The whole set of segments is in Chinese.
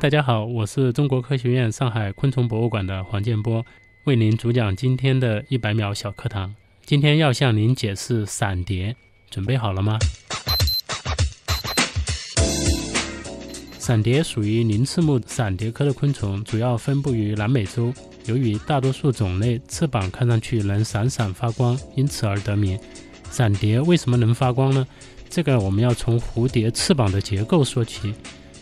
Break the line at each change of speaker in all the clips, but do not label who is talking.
大家好，我是中国科学院上海昆虫博物馆的黄建波，为您主讲今天的一百秒小课堂。今天要向您解释闪蝶，准备好了吗？闪蝶属于鳞翅目闪蝶科的昆虫，主要分布于南美洲。由于大多数种类翅膀看上去能闪闪发光，因此而得名。闪蝶为什么能发光呢？这个我们要从蝴蝶翅膀的结构说起。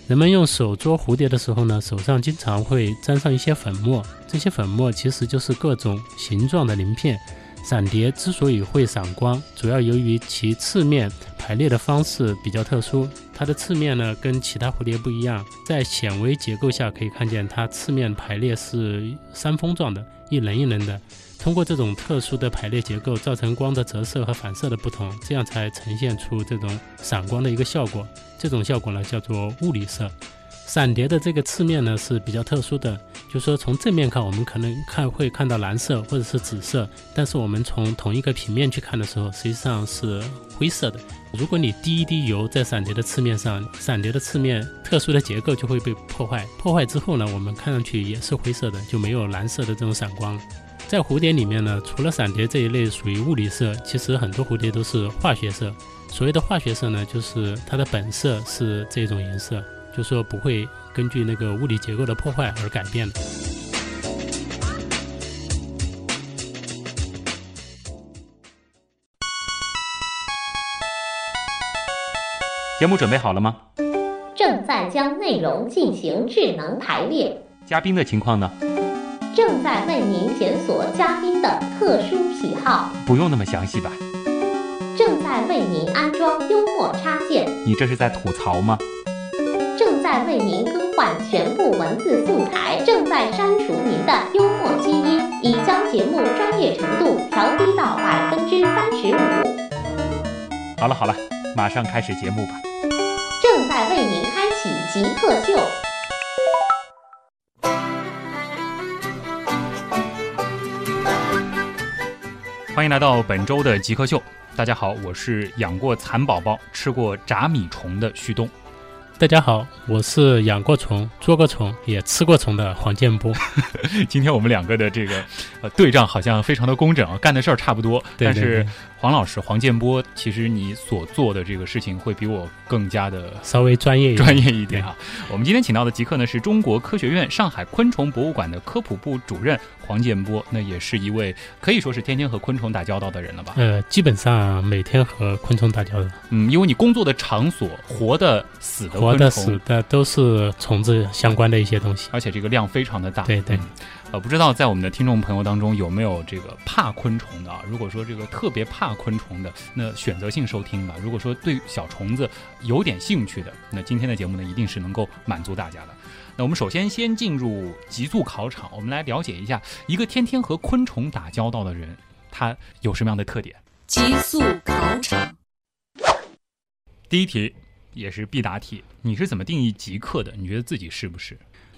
人们用手捉蝴蝶的时候呢，手上经常会沾上一些粉末，这些粉末其实就是各种形状的鳞片。闪蝶之所以会闪光，主要由于其翅面排列的方式比较特殊。它的翅面呢跟其他蝴蝶不一样，在显微结构下可以看见它翅面排列是山峰状的，一棱一棱的。通过这种特殊的排列结构，造成光的折射和反射的不同，这样才呈现出这种闪光的一个效果。这种效果呢叫做物理色。闪蝶的这个翅面呢是比较特殊的，就说从正面看，我们可能看会看到蓝色或者是紫色，但是我们从同一个平面去看的时候，实际上是灰色的。如果你滴一滴油在闪蝶的翅面上，闪蝶的翅面特殊的结构就会被破坏，破坏之后呢，我们看上去也是灰色的，就没有蓝色的这种闪光了。在蝴蝶里面呢，除了闪蝶这一类属于物理色，其实很多蝴蝶都是化学色。所谓的化学色呢，就是它的本色是这种颜色，就说不会根据那个物理结构的破坏而改变的。
节目准备好了吗？
正在将内容进行智能排列，
嘉宾的情况呢？
正在为您检索嘉宾的特殊喜好，
不用那么详细吧？
正在为您安装幽默插件，
你这是在吐槽吗？
正在为您更换全部文字素材，正在删除您的幽默基因，已将节目专业程度调低到百分之三十五。
好了好了，马上开始节目吧。
正在为您开启极客秀，
欢迎来到本周的极客秀。大家好，我是养过蚕宝宝、吃过炸米虫的旭东。
大家好，我是养过虫、捉过虫、也吃过虫的黄建波。
今天我们两个的这个呃对仗好像非常的工整啊，干的事儿差不多，
对对
但是
对
黄老师黄建波，其实你所做的这个事情会比我更加的
稍微专业一点，
专业一点啊。我们今天请到的极客呢，是中国科学院上海昆虫博物馆的科普部主任黄建波，那也是一位可以说是天天和昆虫打交道的人了吧？
呃，基本上每天和昆虫打交道，
嗯，因为你工作的场所，活的、死的
活
昆
的、
虫，
死的都是虫子相关的一些东西。
而且这个量非常的大。
对对
嗯呃，不知道在我们的听众朋友当中有没有这个怕昆虫的啊？如果说这个特别怕昆虫的，那选择性收听吧。如果说对小虫子有点兴趣的，那今天的节目呢，一定是能够满足大家的。那我们首先先进入极速考场，我们来了解一下一个天天和昆虫打交道的人，他有什么样的特点？
极速考场，
第一题也是必答题，你是怎么定义极客的？你觉得自己是不是？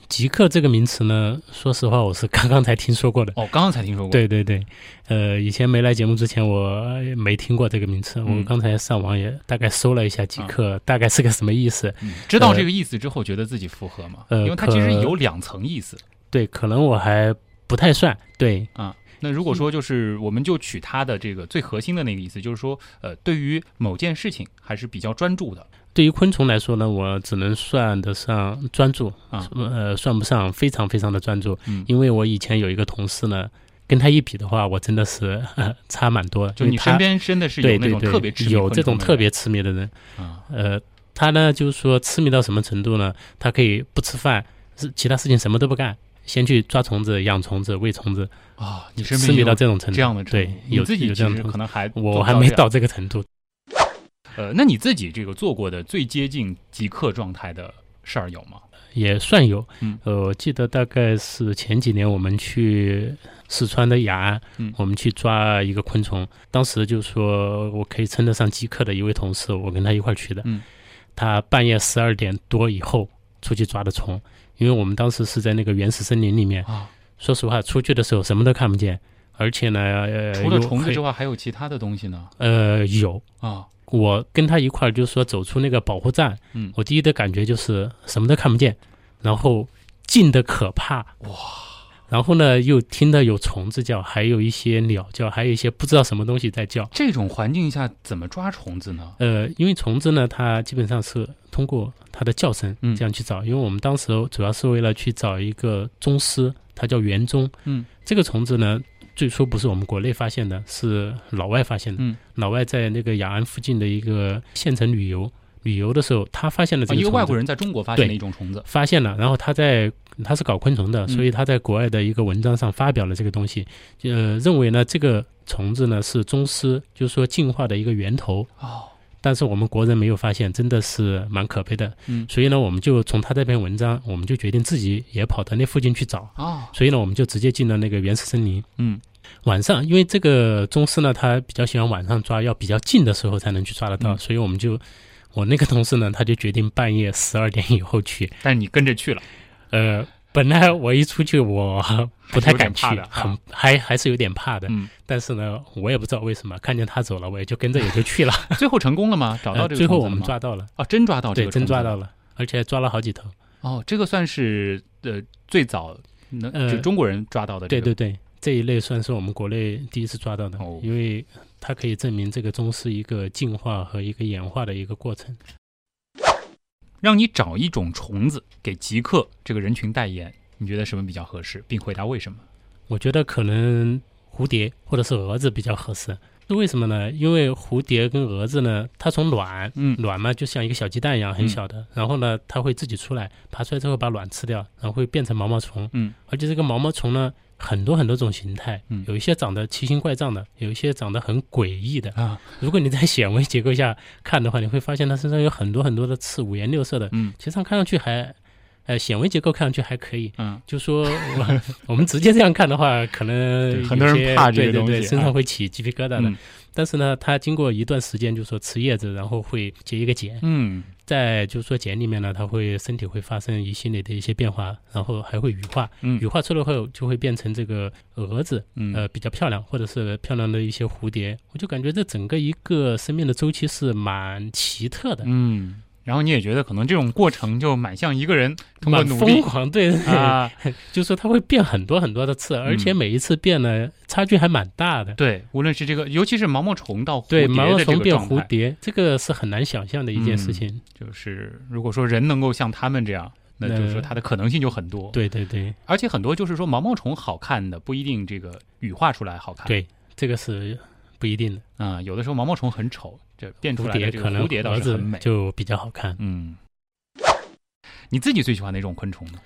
极客这个名词呢，说实话，我是刚刚才听说过的。
哦，刚刚才听说过。
对对对，呃，以前没来节目之前，我呃没听过这个名词。
嗯啊
我刚才上网也大概搜了一下极客，大概是个什么意思。
嗯，知道这个意思之后，觉得自己符合吗？
呃
因为它其实
可
有两层意思
对，可能我还不太算。对，
啊。那
嗯
如果说就是，我们就取它的这个最核心的那个意思，就是说，呃，对于某件事情还是比较专注的
对于昆虫来说呢，我只能算得上专注，
啊。
呃，算不上非常非常的专注。
嗯，
因为我以前有一个同事呢，跟他一比的话，我真的是、呃差蛮多的。
就
因为
你
他
身边真的是有
对
那
对
种
对
特别痴迷
有
昆
这种
虫的
特
人
别痴迷的人，
啊，
呃，他呢就是说痴迷到什么程度呢？他可以不吃饭，是其他事情什么都不干，先去抓虫子、养虫子、喂虫子，
啊，你身
痴
边
迷
有
到这种程度。
这样的程
对
度，你
有
自己
有
其
这样
实
的程
可
度。
能还
我
不
还
到
没
这样
到这个程度。
呃，那你自己这个做过的最接近极客状态的事儿有吗？
也算有
嗯，
呃，我记得大概是前几年我们去四川的雅安，
嗯
我们去抓一个昆虫，当时就说我可以称得上极客的一位同事，我跟他一块儿去的，
嗯
他半夜十二点多以后出去抓的虫，因为我们当时是在那个原始森林里面，
啊，
说实话，出去的时候什么都看不见，而且呢，呃，
除了
有
虫子
黑
之外，还有其他的东西呢？
呃，有
啊，
我跟他一块儿，就是说走出那个保护站，
嗯
我第一的感觉就是什么都看不见，然后静的可怕，哇！然后呢，又听到有虫子叫，还有一些鸟叫，还有一些不知道什么东西在叫。
这种环境下怎么抓虫子呢？
呃，因为虫子呢，它基本上是通过它的叫声
嗯
这样去找。因为我们当时主要是为了去找一个宗师，它叫园宗。
嗯，
这个虫子呢，最初不是我们国内发现的，是老外发现的。
嗯，
老外在那个雅安附近的一个县城旅游，旅游的时候，他发现了这
啊
个
一个
虫
外
子
国人在中国发现
对
了一种虫子，
发现了，然后他在他是搞昆虫的，
嗯
所以他在国外的一个文章上发表了这个东西，呃，认为呢这个虫子呢是宗师，就是说进化的一个源头。
哦，
但是我们国人没有发现，真的是蛮可悲的。
嗯
所以呢，我们就从他这篇文章，我们就决定自己也跑到那附近去找。
啊，
所以呢，我们就直接进了那个原始森林。
嗯，
晚上，因为这个宗师呢，他比较喜欢晚上抓，要比较近的时候才能去抓得到，
嗯
所以我们就。我那个同事呢，他就决定半夜十二点以后去，
但是你跟着去了，
呃，本来我一出去我不太敢去
还是有点怕的，啊
很还还是有点怕的。
嗯，
但是呢，我也不知道为什么，看见他走了，我也就跟着也就去了。
最后成功了吗？ 找到
呃
这
最
个虫子
后我
了
们
吗
抓到了，
啊，真抓到这
对，
个
真
虫
抓
子
到了，而且抓了好几头。
哦，这个算是呃最早能
呃
就中国人抓到的这
对
个
对对，这一类算是我们国内第一次抓到的，
哦
因为它可以证明这个钟是一个进化和一个演化的一个过程。
让你找一种虫子给极客这个人群代言，你觉得什么比较合适，并回答为什么？
我觉得可能蝴蝶或者是蛾子比较合适。是为什么呢？因为蝴蝶跟蛾子呢，它从卵，
嗯
卵嘛就像一个小鸡蛋一样很
嗯
小的，然后呢，它会自己出来，爬出来之后把卵吃掉，然后会变成毛毛虫，
嗯，
而且这个毛毛虫呢，很多很多种形态，
嗯
有一些长得奇形怪状的，有一些长得很诡异的。
啊，
如果你在显微结构下看的话，你会发现它身上有很多很多的刺，五颜六色的，
嗯
其实上看上去还，呃，显微结构看上去还可以，
嗯，
就说 我我们直接这样看的话，可能
对
有
很多人
些
怕这个
对
东
对
西
对，身
啊
上会起鸡皮疙瘩的。
嗯
但是呢，它经过一段时间，就说吃叶子，然后会结一个茧，
嗯，
在就说茧里面呢，它会身体会发生一系列的一些变化，然后还会羽化，
嗯
羽化出来后就会变成这个蛾子，
嗯
呃，比较漂亮，或者是漂亮的一些蝴蝶。我就感觉这整个一个生命的周期是蛮奇特的，
嗯，然后你也觉得可能这种过程就蛮像一个人通过
蛮
努
疯
力
狂，对
啊，嗯
就是说它会变很多很多的次，而且每一次变呢，差距还蛮大的。
对，无论是这个，尤其是毛毛虫到蝴
对，
蝶
毛毛
的这
虫
个
变
状
蝴
态，嗯
蝶，这个是很难想象的一件事情。
就是如果说人能够像他们这样，那就是
那
说它的可能性就很多。，
对对对
而且很多就是说毛毛虫好看的不一定这个羽化出来好看。
对，这个是不一定的。
啊、有的时候毛毛虫很丑，这变出
蝴
来的
蝶
这
可
个
能
蝴蝶倒
蛾
是
子
很美。
就比较好看。
嗯，你自己最喜欢哪种昆虫呢？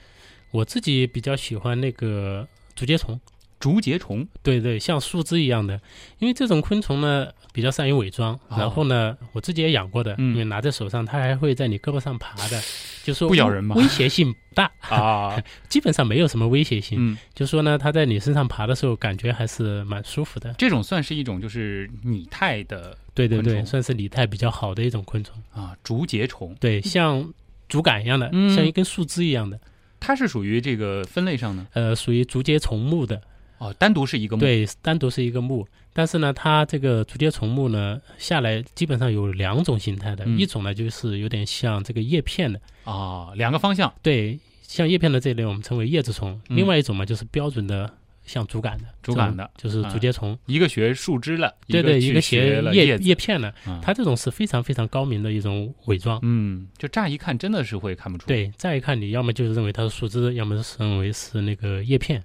我自己比较喜欢那个竹节虫，
竹 节虫，
对对，像树枝一样的，因为这种昆虫呢比较善于伪装。
哦
然后呢，我自己也养过的，
嗯
因为拿在手上，它还会在你胳膊上爬的，就说
不咬
威
人吗
威胁性不大，
啊，
基本上没有什么威胁性。
嗯，
就说呢，它在你身上爬的时候，感觉还是蛮舒服的。
这种算是一种就是拟态的
对对
昆
对，
虫
算是拟态比较好的一种昆虫。
啊，竹节虫，
对，像竹竿一样的，
嗯
像一根树枝一样的，
它是属于这个分类上呢，
呃，属于竹节虫目的。
哦，单独是一个目，
对，单独是一个目。但是呢，它这个竹节虫目呢，下来基本上有两种形态的，
嗯
一种呢就是有点像这个叶片的，
啊，两个方向，
对，像叶片的这一类我们称为叶子虫；，
嗯
另外一种嘛就是标准的像竹竿的，
竹竿的
这种就是竹节虫。
一个学树枝了，
对对，一
个
个
去学
斜
了
叶
叶子，
叶片的，
啊
它这种是非常非常高明的一种伪装。
嗯，就乍一看真的是会看不出，，
对，再一看，你要么就是认为它是树枝，要么是认为是那个叶片。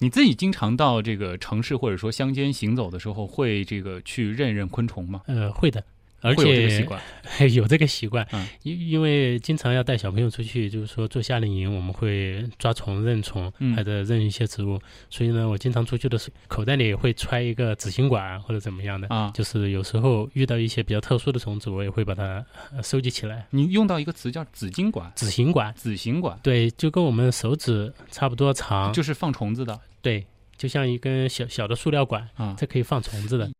你自己经常到这个城市或者说乡间行走的时候，会这个去认认昆虫吗？
呃，会的，而
会有这个
且
习惯，
有这个习惯
嗯，
因、因为经常要带小朋友出去，就是说做夏令营，我们会抓虫、认虫
嗯，
或者认一些植物。所以呢，我经常出去的时候，口袋里也会揣一个纸巾管或者怎么样的。
啊，
就是有时候遇到一些比较特殊的虫子，我也会把它呃收集起来。
你用到一个词叫紫金管，
纸型管，
紫形管，
对，就跟我们手指差不多长，
就是放虫子的
对，就像一根小小的塑料管，
啊。
这可以放虫子的。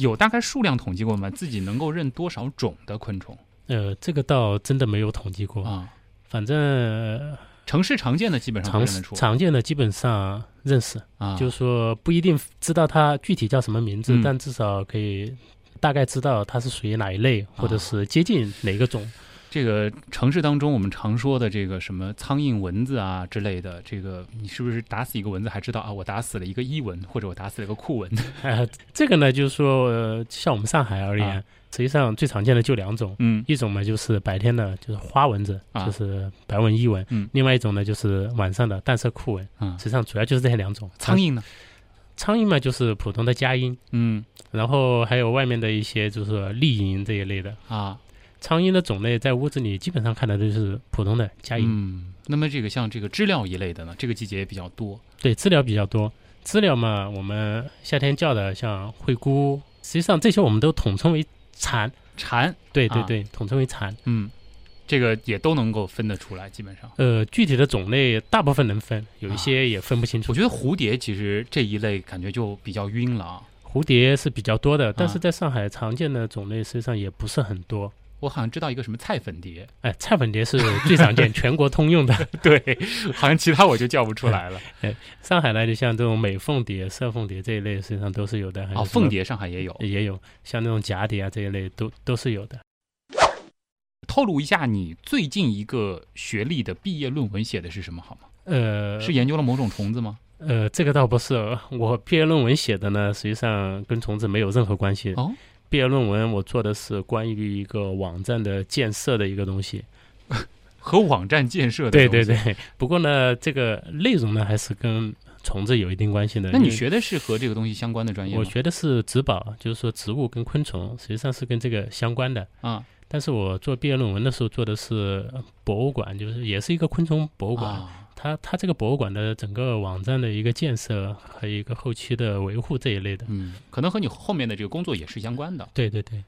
有大概数量统计过吗？自己能够认多少种的昆虫
呃，这个倒真的没有统计过，
啊？
反正、呃
城市常见的基本上都
常
认得出
常见的基本上认识，
啊，
就是说不一定知道它具体叫什么名字，
嗯
但至少可以大概知道它是属于哪一类，或者是接近哪个种。
这个城市当中我们常说的这个什么苍蝇、蚊子啊之类的，这个你是不是打死一个蚊子还知道啊？我打死了一个伊蚊，或者我打死了一个酷蚊？
呃，这个呢，就是说，呃，像我们上海而言，
啊
实际上最常见的就两种，
嗯
一种嘛就是白天的，就是花蚊子，
啊
就是白纹伊蚊；
嗯
另外一种呢就是晚上的淡色酷蚊。
啊
实，际上主要就是这些两种。啊
苍蝇呢？
苍蝇嘛就是普通的家蝇，
嗯
然后还有外面的一些就是说丽蝇这一类的。
啊，
苍蝇的种类在屋子里基本上看的都是普通的家蝇，
嗯。那么这个像这个知了一类的呢，这个季节也比较多。
对，知了比较多。知了嘛，我们夏天叫的像灰姑，实际上这些我们都统称为蝉。
蝉，
对对
啊
对，统称为蝉。
嗯，这个也都能够分得出来，基本上。
呃，具体的种类大部分能分，有一
啊
些也分不清楚。
我觉得蝴蝶其实这一类感觉就比较晕了啊。
蝴蝶是比较多的，但
啊
是在上海常见的种类实际上也不是很多。
我好像知道一个什么菜粉蝶，
哎，菜粉蝶是最常见，全国通用的。
对，好像其他我就叫不出 来了。
上海呢，就像这种美凤蝶、射凤蝶这一类，实际上都是有的。还有
哦，
什么
凤蝶上海也有，
也有，像那种蛱蝶啊这一类都都是有的。
透露一下你最近一个学历的毕业论文写的是什么好吗？
呃，
是研究了某种虫子吗？
呃，这个倒不是，我毕业论文写的呢，实际上跟虫子没有任何关系。
哦，
毕业论文我做的是关于一个网站的建设的一个东西。
和网站建设的。
对对。对，不过呢，这个内容呢还是跟虫子有一定关系的。
那你
因为
学的是和这个东西相关的专业吗？
我学的是植保，就是说植物跟昆虫实际上是跟这个相关的。
啊，
但是我做毕业论文的时候做的是呃博物馆，就是也是一个昆虫博物馆。
啊
它它这个博物馆的整个网站的一个建设和一个后期的维护这一类的。
嗯，可能和你后面的这个工作也是相关的。
对对对，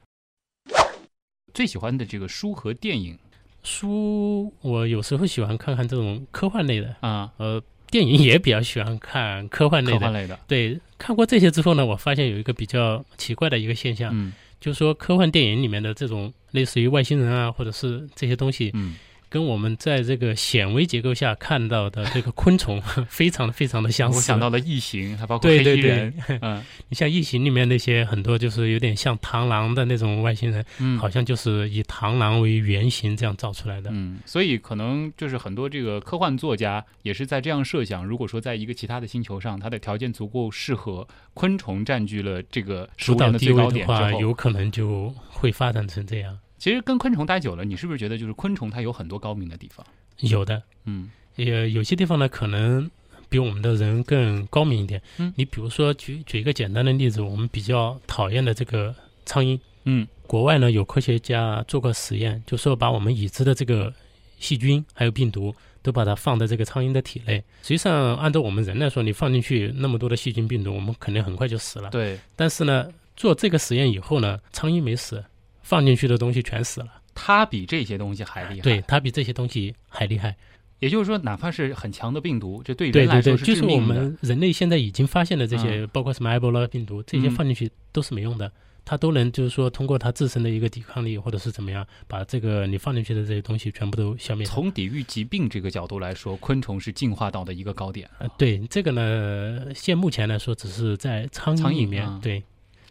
最喜欢的这个书和电影
书我有时候喜欢看看这种科幻类的，
啊，
呃，电影也比较喜欢看科幻类
科
的。
幻类的，
对，看过这些之后呢，我发现有一个比较奇怪的一个现象，
嗯
就是说科幻电影里面的这种类似于外星人啊，或者是这些东西，
嗯，
跟我们在这个显微结构下看到的这个昆虫 非常的非常的相似。
我想到了异形，还包括黑
对
衣
对
人
对，，
嗯
你像《异形》里面那些很多就是有点像螳螂的那种外星人，
嗯，
好像就是以螳螂为原型这样造出来的。
嗯，所以可能就是很多这个科幻作家也是在这样设想：如果说在一个其他的星球上，它的条件足够适合，昆虫占据了这个食
主
物链
导
的
地
最
位
高
的
点之
话，
后，
有可能就会发展成这样。
其实跟昆虫待久了，你是不是觉得就是昆虫它有很多高明的地方？
有的，
嗯
也有些地方呢，可能比我们的人更高明一点。
嗯
你比如说举举一个简单的例子，我们比较讨厌的这个苍蝇，
嗯
国外呢有科学家做过实验，就说把我们已知的这个细菌还有病毒都把它放在这个苍蝇的体内。实际上，按照我们人来说，你放进去那么多的细菌病毒，我们肯定很快就死了。
对，
但是呢，做这个实验以后呢，苍蝇没死，放进去的东西全死了。
它比这些东西还厉害。
对，，它比这些东西还厉害。
也就是说，哪怕是很强的病毒，这对
对
人
对
来
对，
说是
就
致
是我
命的。
们人类现在已经发现的这些，包括什么埃博拉病毒，这些
嗯
放进去都是没用的，它都能就是说通过它自身的一个抵抗力或者是怎么样，把这个你放进去的这些东西全部都消灭掉。
从抵御疾病这个角度来说，昆虫是进化到的一个高点。
呃，对这个呢，现目前来说只是在苍
苍
蝇
蝇
里面
啊，
对，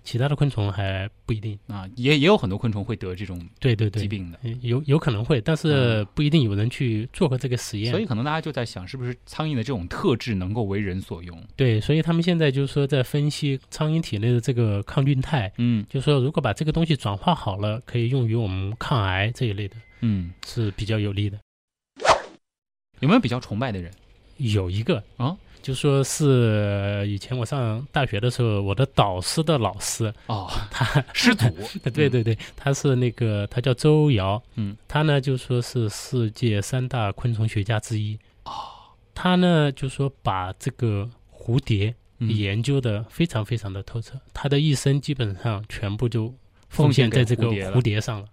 其他的昆虫还不一定。
啊，也也有很多昆虫会得这种
对对
疾
对，
病的。
嗯有有可能会，但是不一定有人去做过这个实验。
嗯所以可能大家就在想，是不是苍蝇的这种特质能够为人所用？
对，所以他们现在就是说在分析苍蝇体内的这个抗菌肽，
嗯
就是说如果把这个东西转化好了，可以用于我们抗癌这一类的，
嗯，
是比较有利的。
有没有比较崇拜的人？
有一个
啊，
就说是以前我上大学的时候，我的导师的老师，
哦，
他，
师祖
对对对，他是那个他叫周尧，
嗯，
他呢就说是世界三大昆虫学家之一，
哦，
他呢就说把这个蝴蝶
嗯
研究的非常非常的透彻，他的一生基本上全部就
奉
奉
献
献
给
在这个
蝴蝶了
蝴蝶上了。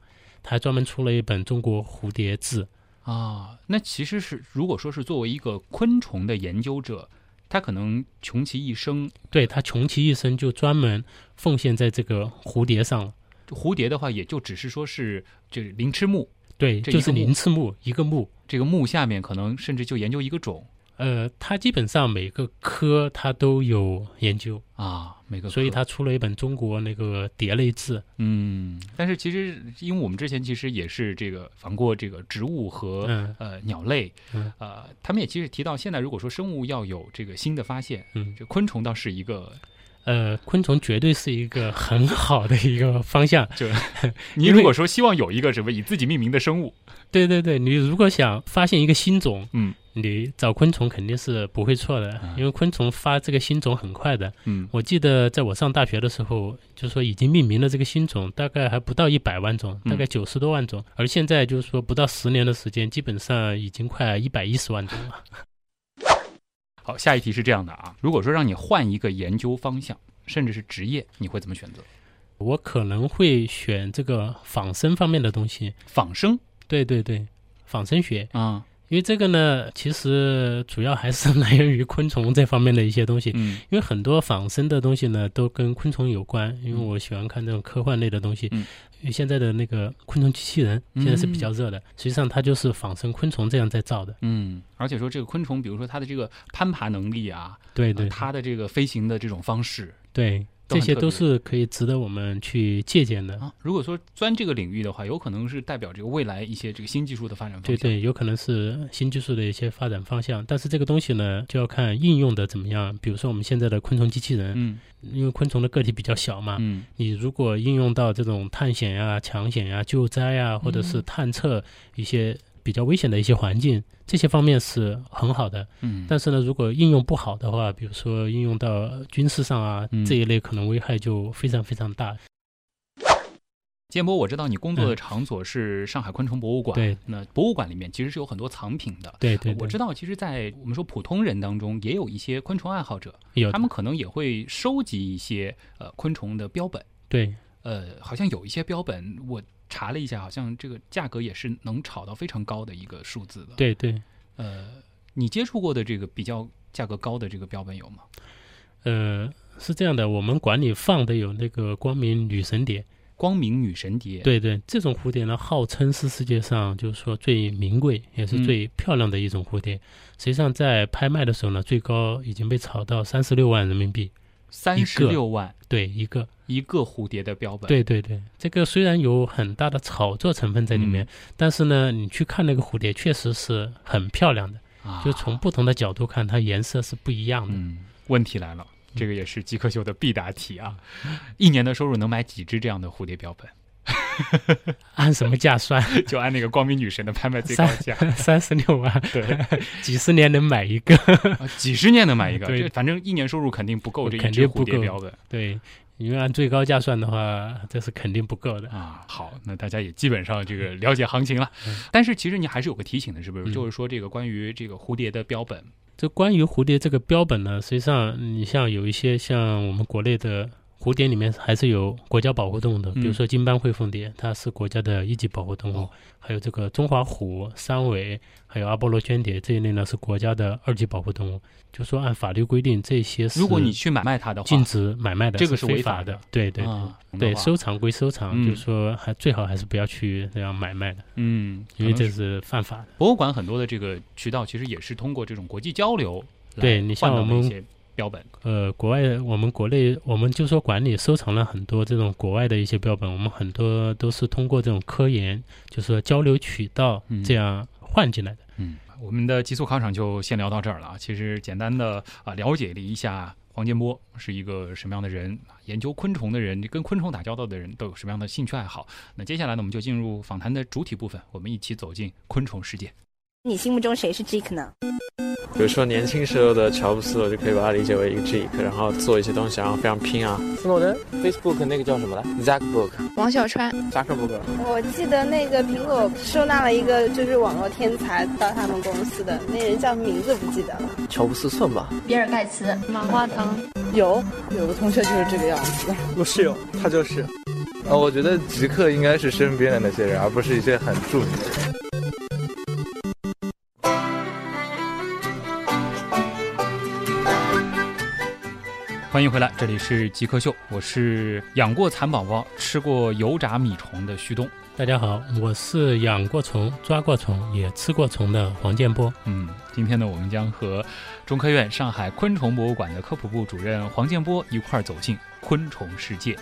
他还专门出了一本《中国蝴蝶志》，
啊，那其实是如果说是作为一个昆虫的研究者，他可能穷其一生，
对他穷其一生就专门奉献在这个蝴蝶上了。
蝴蝶的话也就只是说是这鳞翅目，
对，
这
就
一个
是
目
鳞翅目一个目，
这个目下面可能甚至就研究一个种。
呃，它基本上每个科它都有研究，
啊，每个
所以
科
它出了一本中国那个蝶类志，
嗯，但是其实因为我们之前其实也是这个访过这个植物和、
嗯
呃鸟类，
嗯
呃，他们也其实提到现在如果说生物要有这个新的发现，
嗯
这昆虫倒是一个
呃，昆虫绝对是一个很好的一个方向。
就你如果说希望有一个什么以自己命名的生物，
对对对，你如果想发现一个新种，
嗯
你找昆虫肯定是不会错的，
嗯
因为昆虫发这个新种很快的。
嗯
我记得在我上大学的时候，就说已经命名了这个新种，大概还不到一百万种，
嗯
大概九十多万种，而现在就是说不到十年的时间，基本上已经快一百一十万种 了。
好，下一题是这样的啊，如果说让你换一个研究方向，甚至是职业，你会怎么选择？
我可能会选这个仿生方面的东西，
仿生
对对对，仿生学，
啊，
因为这个呢，其实主要还是来源于昆虫这方面的一些东西。
嗯
因为很多仿生的东西呢，都跟昆虫有关。因为我喜欢看这种科幻类的东西，
嗯
因为现在的那个昆虫机器人现在是比较热的，实际上它就是仿生昆虫这样在造的。
嗯，而且说这个昆虫，比如说它的这个攀爬能力啊，
对
呃
对
它的这个飞行的这种方式，
对，
都
这
很
些
特
都
别
是可以值得我们去借鉴的。
啊，如果说钻这个领域的话，有可能是代表这个未来一些这个新技术的发展方向。
对，对，有可能是新技术的一些发展方向，但是这个东西呢，就要看应用的怎么样。比如说我们现在的昆虫机器人，
嗯
因为昆虫的个体比较小嘛，
嗯
你如果应用到这种探险呀、抢险呀、救灾呀、或者是
嗯
探测一些比较危险的一些环境，这些方面是很好的。
嗯，
但是呢，如果应用不好的话，比如说应用到军事上啊、
嗯
这一类，可能危害就非常非常大。
建波，我知道你工作的
嗯
场所是上海昆虫博物馆。
对，
那博物馆里面其实是有很多藏品的。
对对对，
我知道，其实，在我们说普通人当中，也有一些昆虫爱好者，
有
他们可能也会收集一些呃昆虫的标本。
对
呃，好像有一些标本，我查了一下，好像这个价格也是能炒到非常高的一个数字的。，
对对，
呃，你接触过的这个比较价格高的这个标本有吗？
呃，是这样的，我们馆里放的有那个光明女神蝶，
光明女神蝶。，
对对，这种蝴蝶呢，号称是世界上就是说最名贵，也是
嗯
最漂亮的一种蝴蝶。实际上，在拍卖的时候呢，最高已经被炒到三十六万人民币。
三十六万
对，一个，
一个蝴蝶的标本。，
对对对，这个虽然有很大的炒作成分在里
嗯
面，但是呢，你去看那个蝴蝶，确实是很漂亮的，
啊，
就从不同的角度看，它颜色是不一样的。
嗯，问题来了，
嗯
这个也是极客秀的必答题啊！一年的收入能买几只这样的蝴蝶标本？
按什么价算？
就按那个光明女神的拍卖最高价，
三十六万，
对，
几十年能买一个？
啊几十年能买一个，
对
这反正一年收入肯定不够这一
肯
只
定不
蝴蝶
够
标本。
对，因为按最高价算的话，这是肯定不够的。
啊，好，那大家也基本上这个了解行情了。但是其实你还是有个提醒的，是不是？
嗯
就是说这个关于这个蝴蝶的标本，
这关于蝴蝶这个标本呢，实际上你像有一些像我们国内的蝴蝶里面还是有国家保护动物的，
嗯
比如说金斑喙凤蝶，它是国家的一级保护动物，
哦
还有这个中华虎、三尾，还有阿波罗圈蝶这一类呢是国家的二级保护动物。就说按法律规定，这些是
如果你去买卖它的话，
禁止买卖的，
这个
是
是违
非
法
法
的
对对对。
啊，懂的
嗯对，
话
收藏归收藏，
嗯
就是说还最好还是不要去这样买卖的，
嗯，
因为
可能
这
是
是犯法的。
博物馆很多的这个渠道，其实也是通过这种国际交流来
对你像
换到
我
的一
们
些标本，
呃，国外我们国内我们就说馆里收藏了很多这种国外的一些标本，我们很多都是通过这种科研，就是说交流渠道
嗯
这样换进来的。
嗯，我们的极速考场就先聊到这儿了啊。其实简单的啊了解了一下黄建波是一个什么样的人，研究昆虫的人，跟昆虫打交道的人都有什么样的兴趣爱好。那接下来呢，我们就进入访谈的主体部分，我们一起走进昆虫世界。
你心目中谁是 Jake 呢？
比如说年轻时候的乔布斯，我就可以把它理解为一个 geek，然后做一些东西，然后非常拼啊。斯诺登，Facebook 那个叫什么来？Zackbook，
王小川，
扎克伯格。
我记得那个苹果收纳了一个就是网络天才到他们公司的那人叫名字不记得了。
乔布斯算吧，
比尔盖茨，马化腾，
有有个同学就是这个样子。
我室友，他就是。
呃，我觉得极客应该是身边的那些人，而不是一些很著名的人。
欢欢迎回来，这里是极客秀，我是养过蚕宝宝、吃过油炸米虫的旭东。
大家好，我是养过虫、抓过虫、也吃过虫的黄建波。
嗯，今天呢，我们将和中科院上海昆虫博物馆的科普部主任黄建波一块儿走进昆虫世界。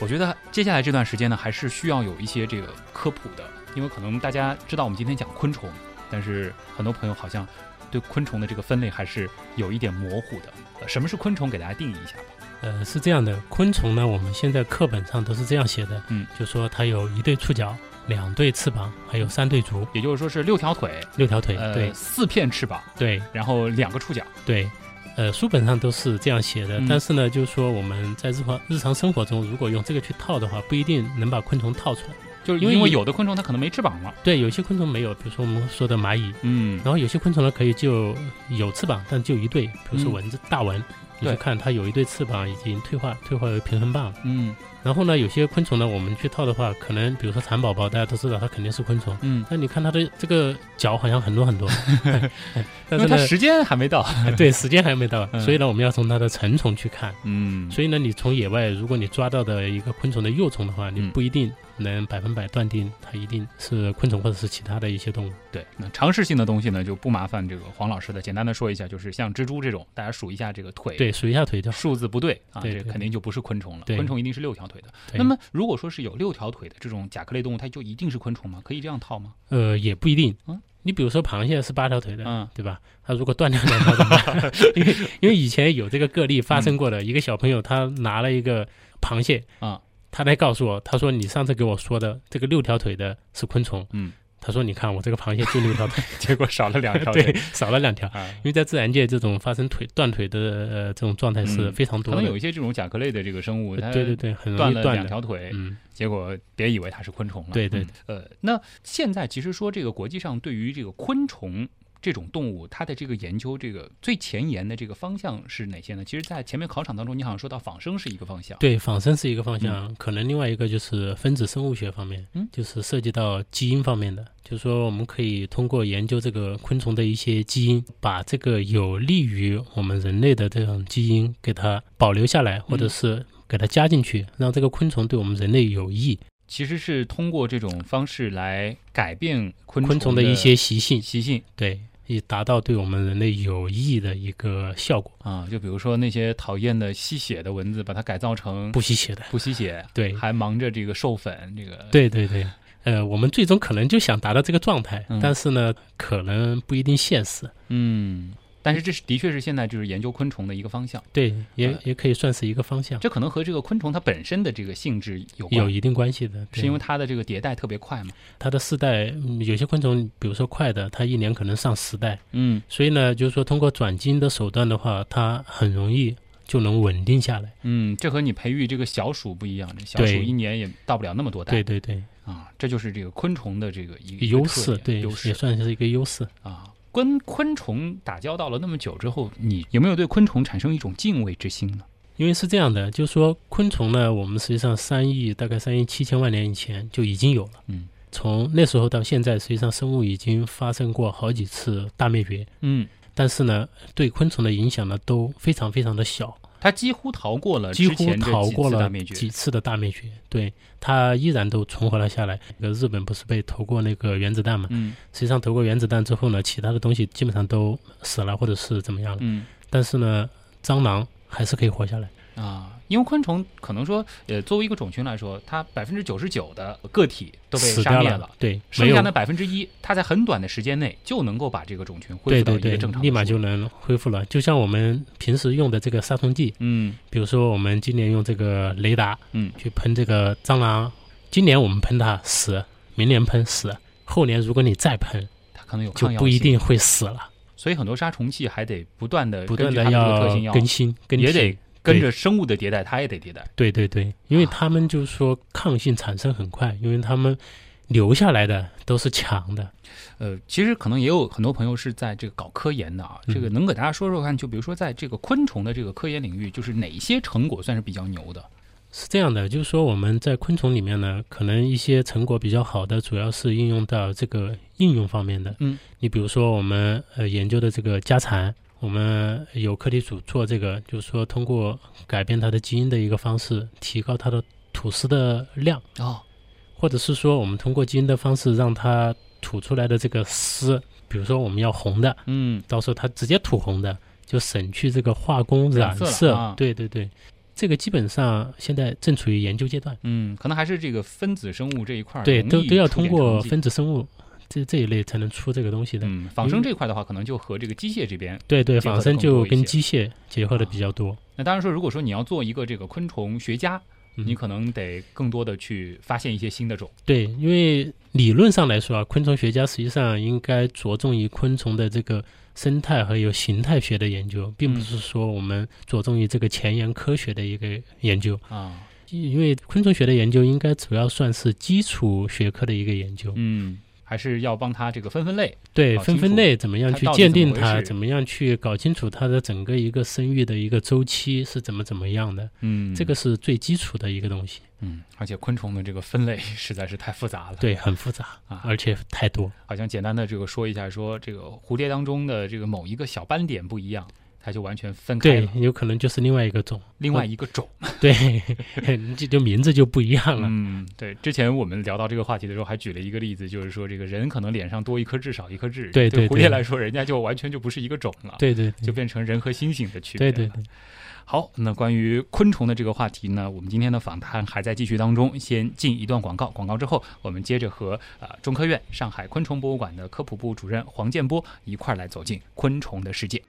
我觉得接下来这段时间呢，还是需要有一些这个科普的，因为可能大家知道我们今天讲昆虫，但是很多朋友好像对昆虫的这个分类还是有一点模糊的。呃什么是昆虫？给大家定义一下吧。
呃，是这样的，昆虫呢，我们现在课本上都是这样写的，
嗯，
就说它有一对触角、两对翅膀，还有三对足、
也就是说是六条腿，
六条腿。
呃，
对
四片翅膀，
对
然后两个触角。
对，呃，书本上都是这样写的，
嗯
但是呢，就是说我们在日常日常生活中，如果用这个去套的话，不一定能把昆虫套出来。
就是
因为
因为
有
有的昆虫它可能没翅膀嘛，
对，有些昆虫没有，比如说我们说的蚂蚁，
嗯，
然后有些昆虫呢可以就有翅膀，但就一对，比如说
嗯
蚊子、大蚊，你
对
就看它有一对翅膀已经退化，退化为平衡棒。
嗯
然后呢，有些昆虫呢，我们去套的话，可能比如说蚕宝宝，大家都知道它肯定是昆虫，
嗯，
但你看它的这个脚好像很多很 多，但是
因为它
呢，
时间还没到，
对时间还没到，
嗯
所以呢，我们要从它的成虫去看。
嗯
所以呢，你从野外，如果你抓到的一个昆虫的幼虫的话，你
嗯
不一定能百分百断定它一定是昆虫或者是其他的一些动物。
对，那常识性的东西呢，就不麻烦这个黄老师了。简单的说一下，就是像蜘蛛这种，大家数一下这个腿，，
对，数一下腿就好。
数字不对啊，
对
这
对
肯定就不是昆虫了。
对
昆虫一定是六条腿的。
对
那么，如果说是有六条腿的这种甲壳类动物，它就一定是昆虫吗？可以这样套吗？
呃，也不一定
嗯。
你比如说螃蟹是八条腿的，
嗯
对吧？它如果断掉两条怎么办？ 因为因为以前有这个个例发生过的，一个小朋友他拿了一个螃蟹
啊，
他来告诉我，他说你上次给我说的这个六条腿的是昆虫，
嗯，
他说你看我这个螃蟹就六条 腿，
结果少了 两 条
对
腿，
少了两条。
啊。
因为在自然界，这种发生腿断腿的呃这种状态是
嗯
非常
可
多的，呃
能有一些这种甲壳类的这个生物，它
对对对，很容
断
易
了
断
两
的
条腿，
嗯，
结果别以为它是昆虫了。
对对
嗯呃，那现在其实说这个国际上对于这个昆虫这种动物，它的这个研究这个最前沿的这个方向是哪些呢？其实，在前面考场当中，你好像说到仿生是一个方向。，
对，仿生是一个方向，可能另外一个就是分子生物学方面，
嗯
就是涉及到基因方面的，就是说我们可以通过研究这个昆虫的一些基因，把这个有利于我们人类的这种基因给它保留下来，或
嗯
者是给它加进去，让这个昆虫对我们人类有益。
其实是通过这种方式来改变昆
昆虫
虫
的
的
一些习性，
习性
对，以达到对我们人类有益的一个效果，
啊，就比如说那些讨厌的吸血的蚊子，把它改造成
不吸血的。
不吸血，
对
还忙着这个授粉，这个
对对对，呃，我们最终可能就想达到这个状态，
嗯
但是呢，可能不一定现实。
嗯，但是这是的确是现在就是研究昆虫的一个方向，
对，也、
呃
也可以算是一个方向，
这可能和这个昆虫它本身的这个性质有关，
有一定关系的。对
是因为它的这个迭代特别快嘛。
它的世代，嗯有些昆虫，比如说快的，它一年可能上十代，
嗯
所以呢，就是说通过转基因的手段的话，它很容易就能稳定下来。
嗯，这和你培育这个小鼠不一样，这小鼠
对
一年也到不了那么多代。
对对对，
啊，这就是这个昆虫的这个一个
优势，对，
优
也
势
算是一个优势。
啊。跟昆虫打交道了那么久之后，你有没有对昆虫产生一种敬畏之心呢？
因为是这样的，就是说昆虫呢，我们实际上三亿大概三亿七千万年以前就已经有了。
嗯，
从那时候到现在，实际上生物已经发生过好几次大灭绝，
嗯，
但是呢，对昆虫的影响呢都非常非常的小。
它几乎逃过了
几
呃之
乎
前这
逃
几
过
次大
了
灭
几
绝。
次的大灭绝，对它依然都存活了下来。那个日本不是被投过那个原子弹嘛？
嗯
实际上投过原子弹之后呢，其他的东西基本上都死了或者是怎么样了。
嗯。
但是呢，蟑螂还是可以活下来。
啊，因为昆虫可能说，呃，作为一个种群来说，它百分之九十九的个体都被
死
杀
掉
灭
了，对，没
剩
有
下的百分之一，它在很短的时间内就能够把这个种群恢
对
复到
对
一
对
个正常，的
立马
数
就能恢复了。就像我们平时用的这个杀虫剂，
嗯
比如说我们今年用这个雷达，
嗯
去喷这个蟑螂，今年我们喷它死，明年喷死，后年如果你再喷，
它可能有
就
抗药
不一
性，
定会死了。
所以很多杀虫剂还得不断的
不断的
的
要
特性要
更新，更
也
新
得跟
对
着生物的迭代，它也得迭代。
对对对，因为他们就是说抗性产生很快，因为他们留下来的都是强的。
呃，其实可能也有很多朋友是在这个搞科研的啊，
嗯
这个能给大家说说看，就比如说在这个昆虫的这个科研领域，就是哪些成果算是比较牛的？
是这样的，就是说我们在昆虫里面呢，可能一些成果比较好的，主要是应用到这个应用方面的。
嗯，
你比如说我们呃研究的这个家蚕，我们有课题组做这个，就是说通过改变它的基因的一个方式，提高它的吐丝的量，
哦，
或者是说我们通过基因的方式让它吐出来的这个丝，比如说我们要红的，
嗯，
到时候它直接吐红的，就省去这个化工
染
染
色了
色。
啊
对对对，这个基本上现在正处于研究阶段，
嗯，可能还是这个分子生物这一块儿
对，
容
都
易
都要
出
通
点
过
成绩
分子生物这这一类才能出这个东西的。
嗯，仿生这块的话，可能就和这个机械这边。
对对，
结合
仿
得
生
更
就
多一
跟
些啊
机械结合的比较多。
那当然说，如果说你要做一个这个昆虫学家，
嗯
你可能得更多的去发现一些新的种。
对，因为理论上来说啊，昆虫学家实际上应该着重于昆虫的这个生态和有形态学的研究，并不
嗯
是说我们着重于这个前沿科学的一个研究。
啊，
因为昆虫学的研究应该主要算是基础学科的一个研究，
嗯，还是要帮他这个分分类。
对
搞
分
清楚
分类怎么样
它
去
到底
鉴
怎么
定
回
它，
事
怎么样去搞清楚它的整个一个生育的一个周期是怎么怎么样的，
嗯，
这个是最基础的一个东西。
嗯，而且昆虫的这个分类实在是太复杂了。，
对，很复杂
啊，
而且太多。
好像简单的这个说一下，说这个蝴蝶当中的这个某一个小斑点不一样，它就完全分开
对嗯
了，
有可能就是另外一个种。
另外一个种。
对，这就名字就不一样了。
嗯，对，之前我们聊到这个话题的时候，还举了一个例子，就是说这个人可能脸上多一颗痣少一颗痣，
对对
蝴
对
蝶来说，人家就完全就不是一个种了，，
对对
就变成人和猩猩的区别
对
了。
对对，
好，那关于昆虫的这个话题呢，我们今天的访谈还在继续当中，先进一段广告，广告之后，我们接着和呃中科院上海昆虫博物馆的科普部主任黄建波一块儿来走进昆虫的世界。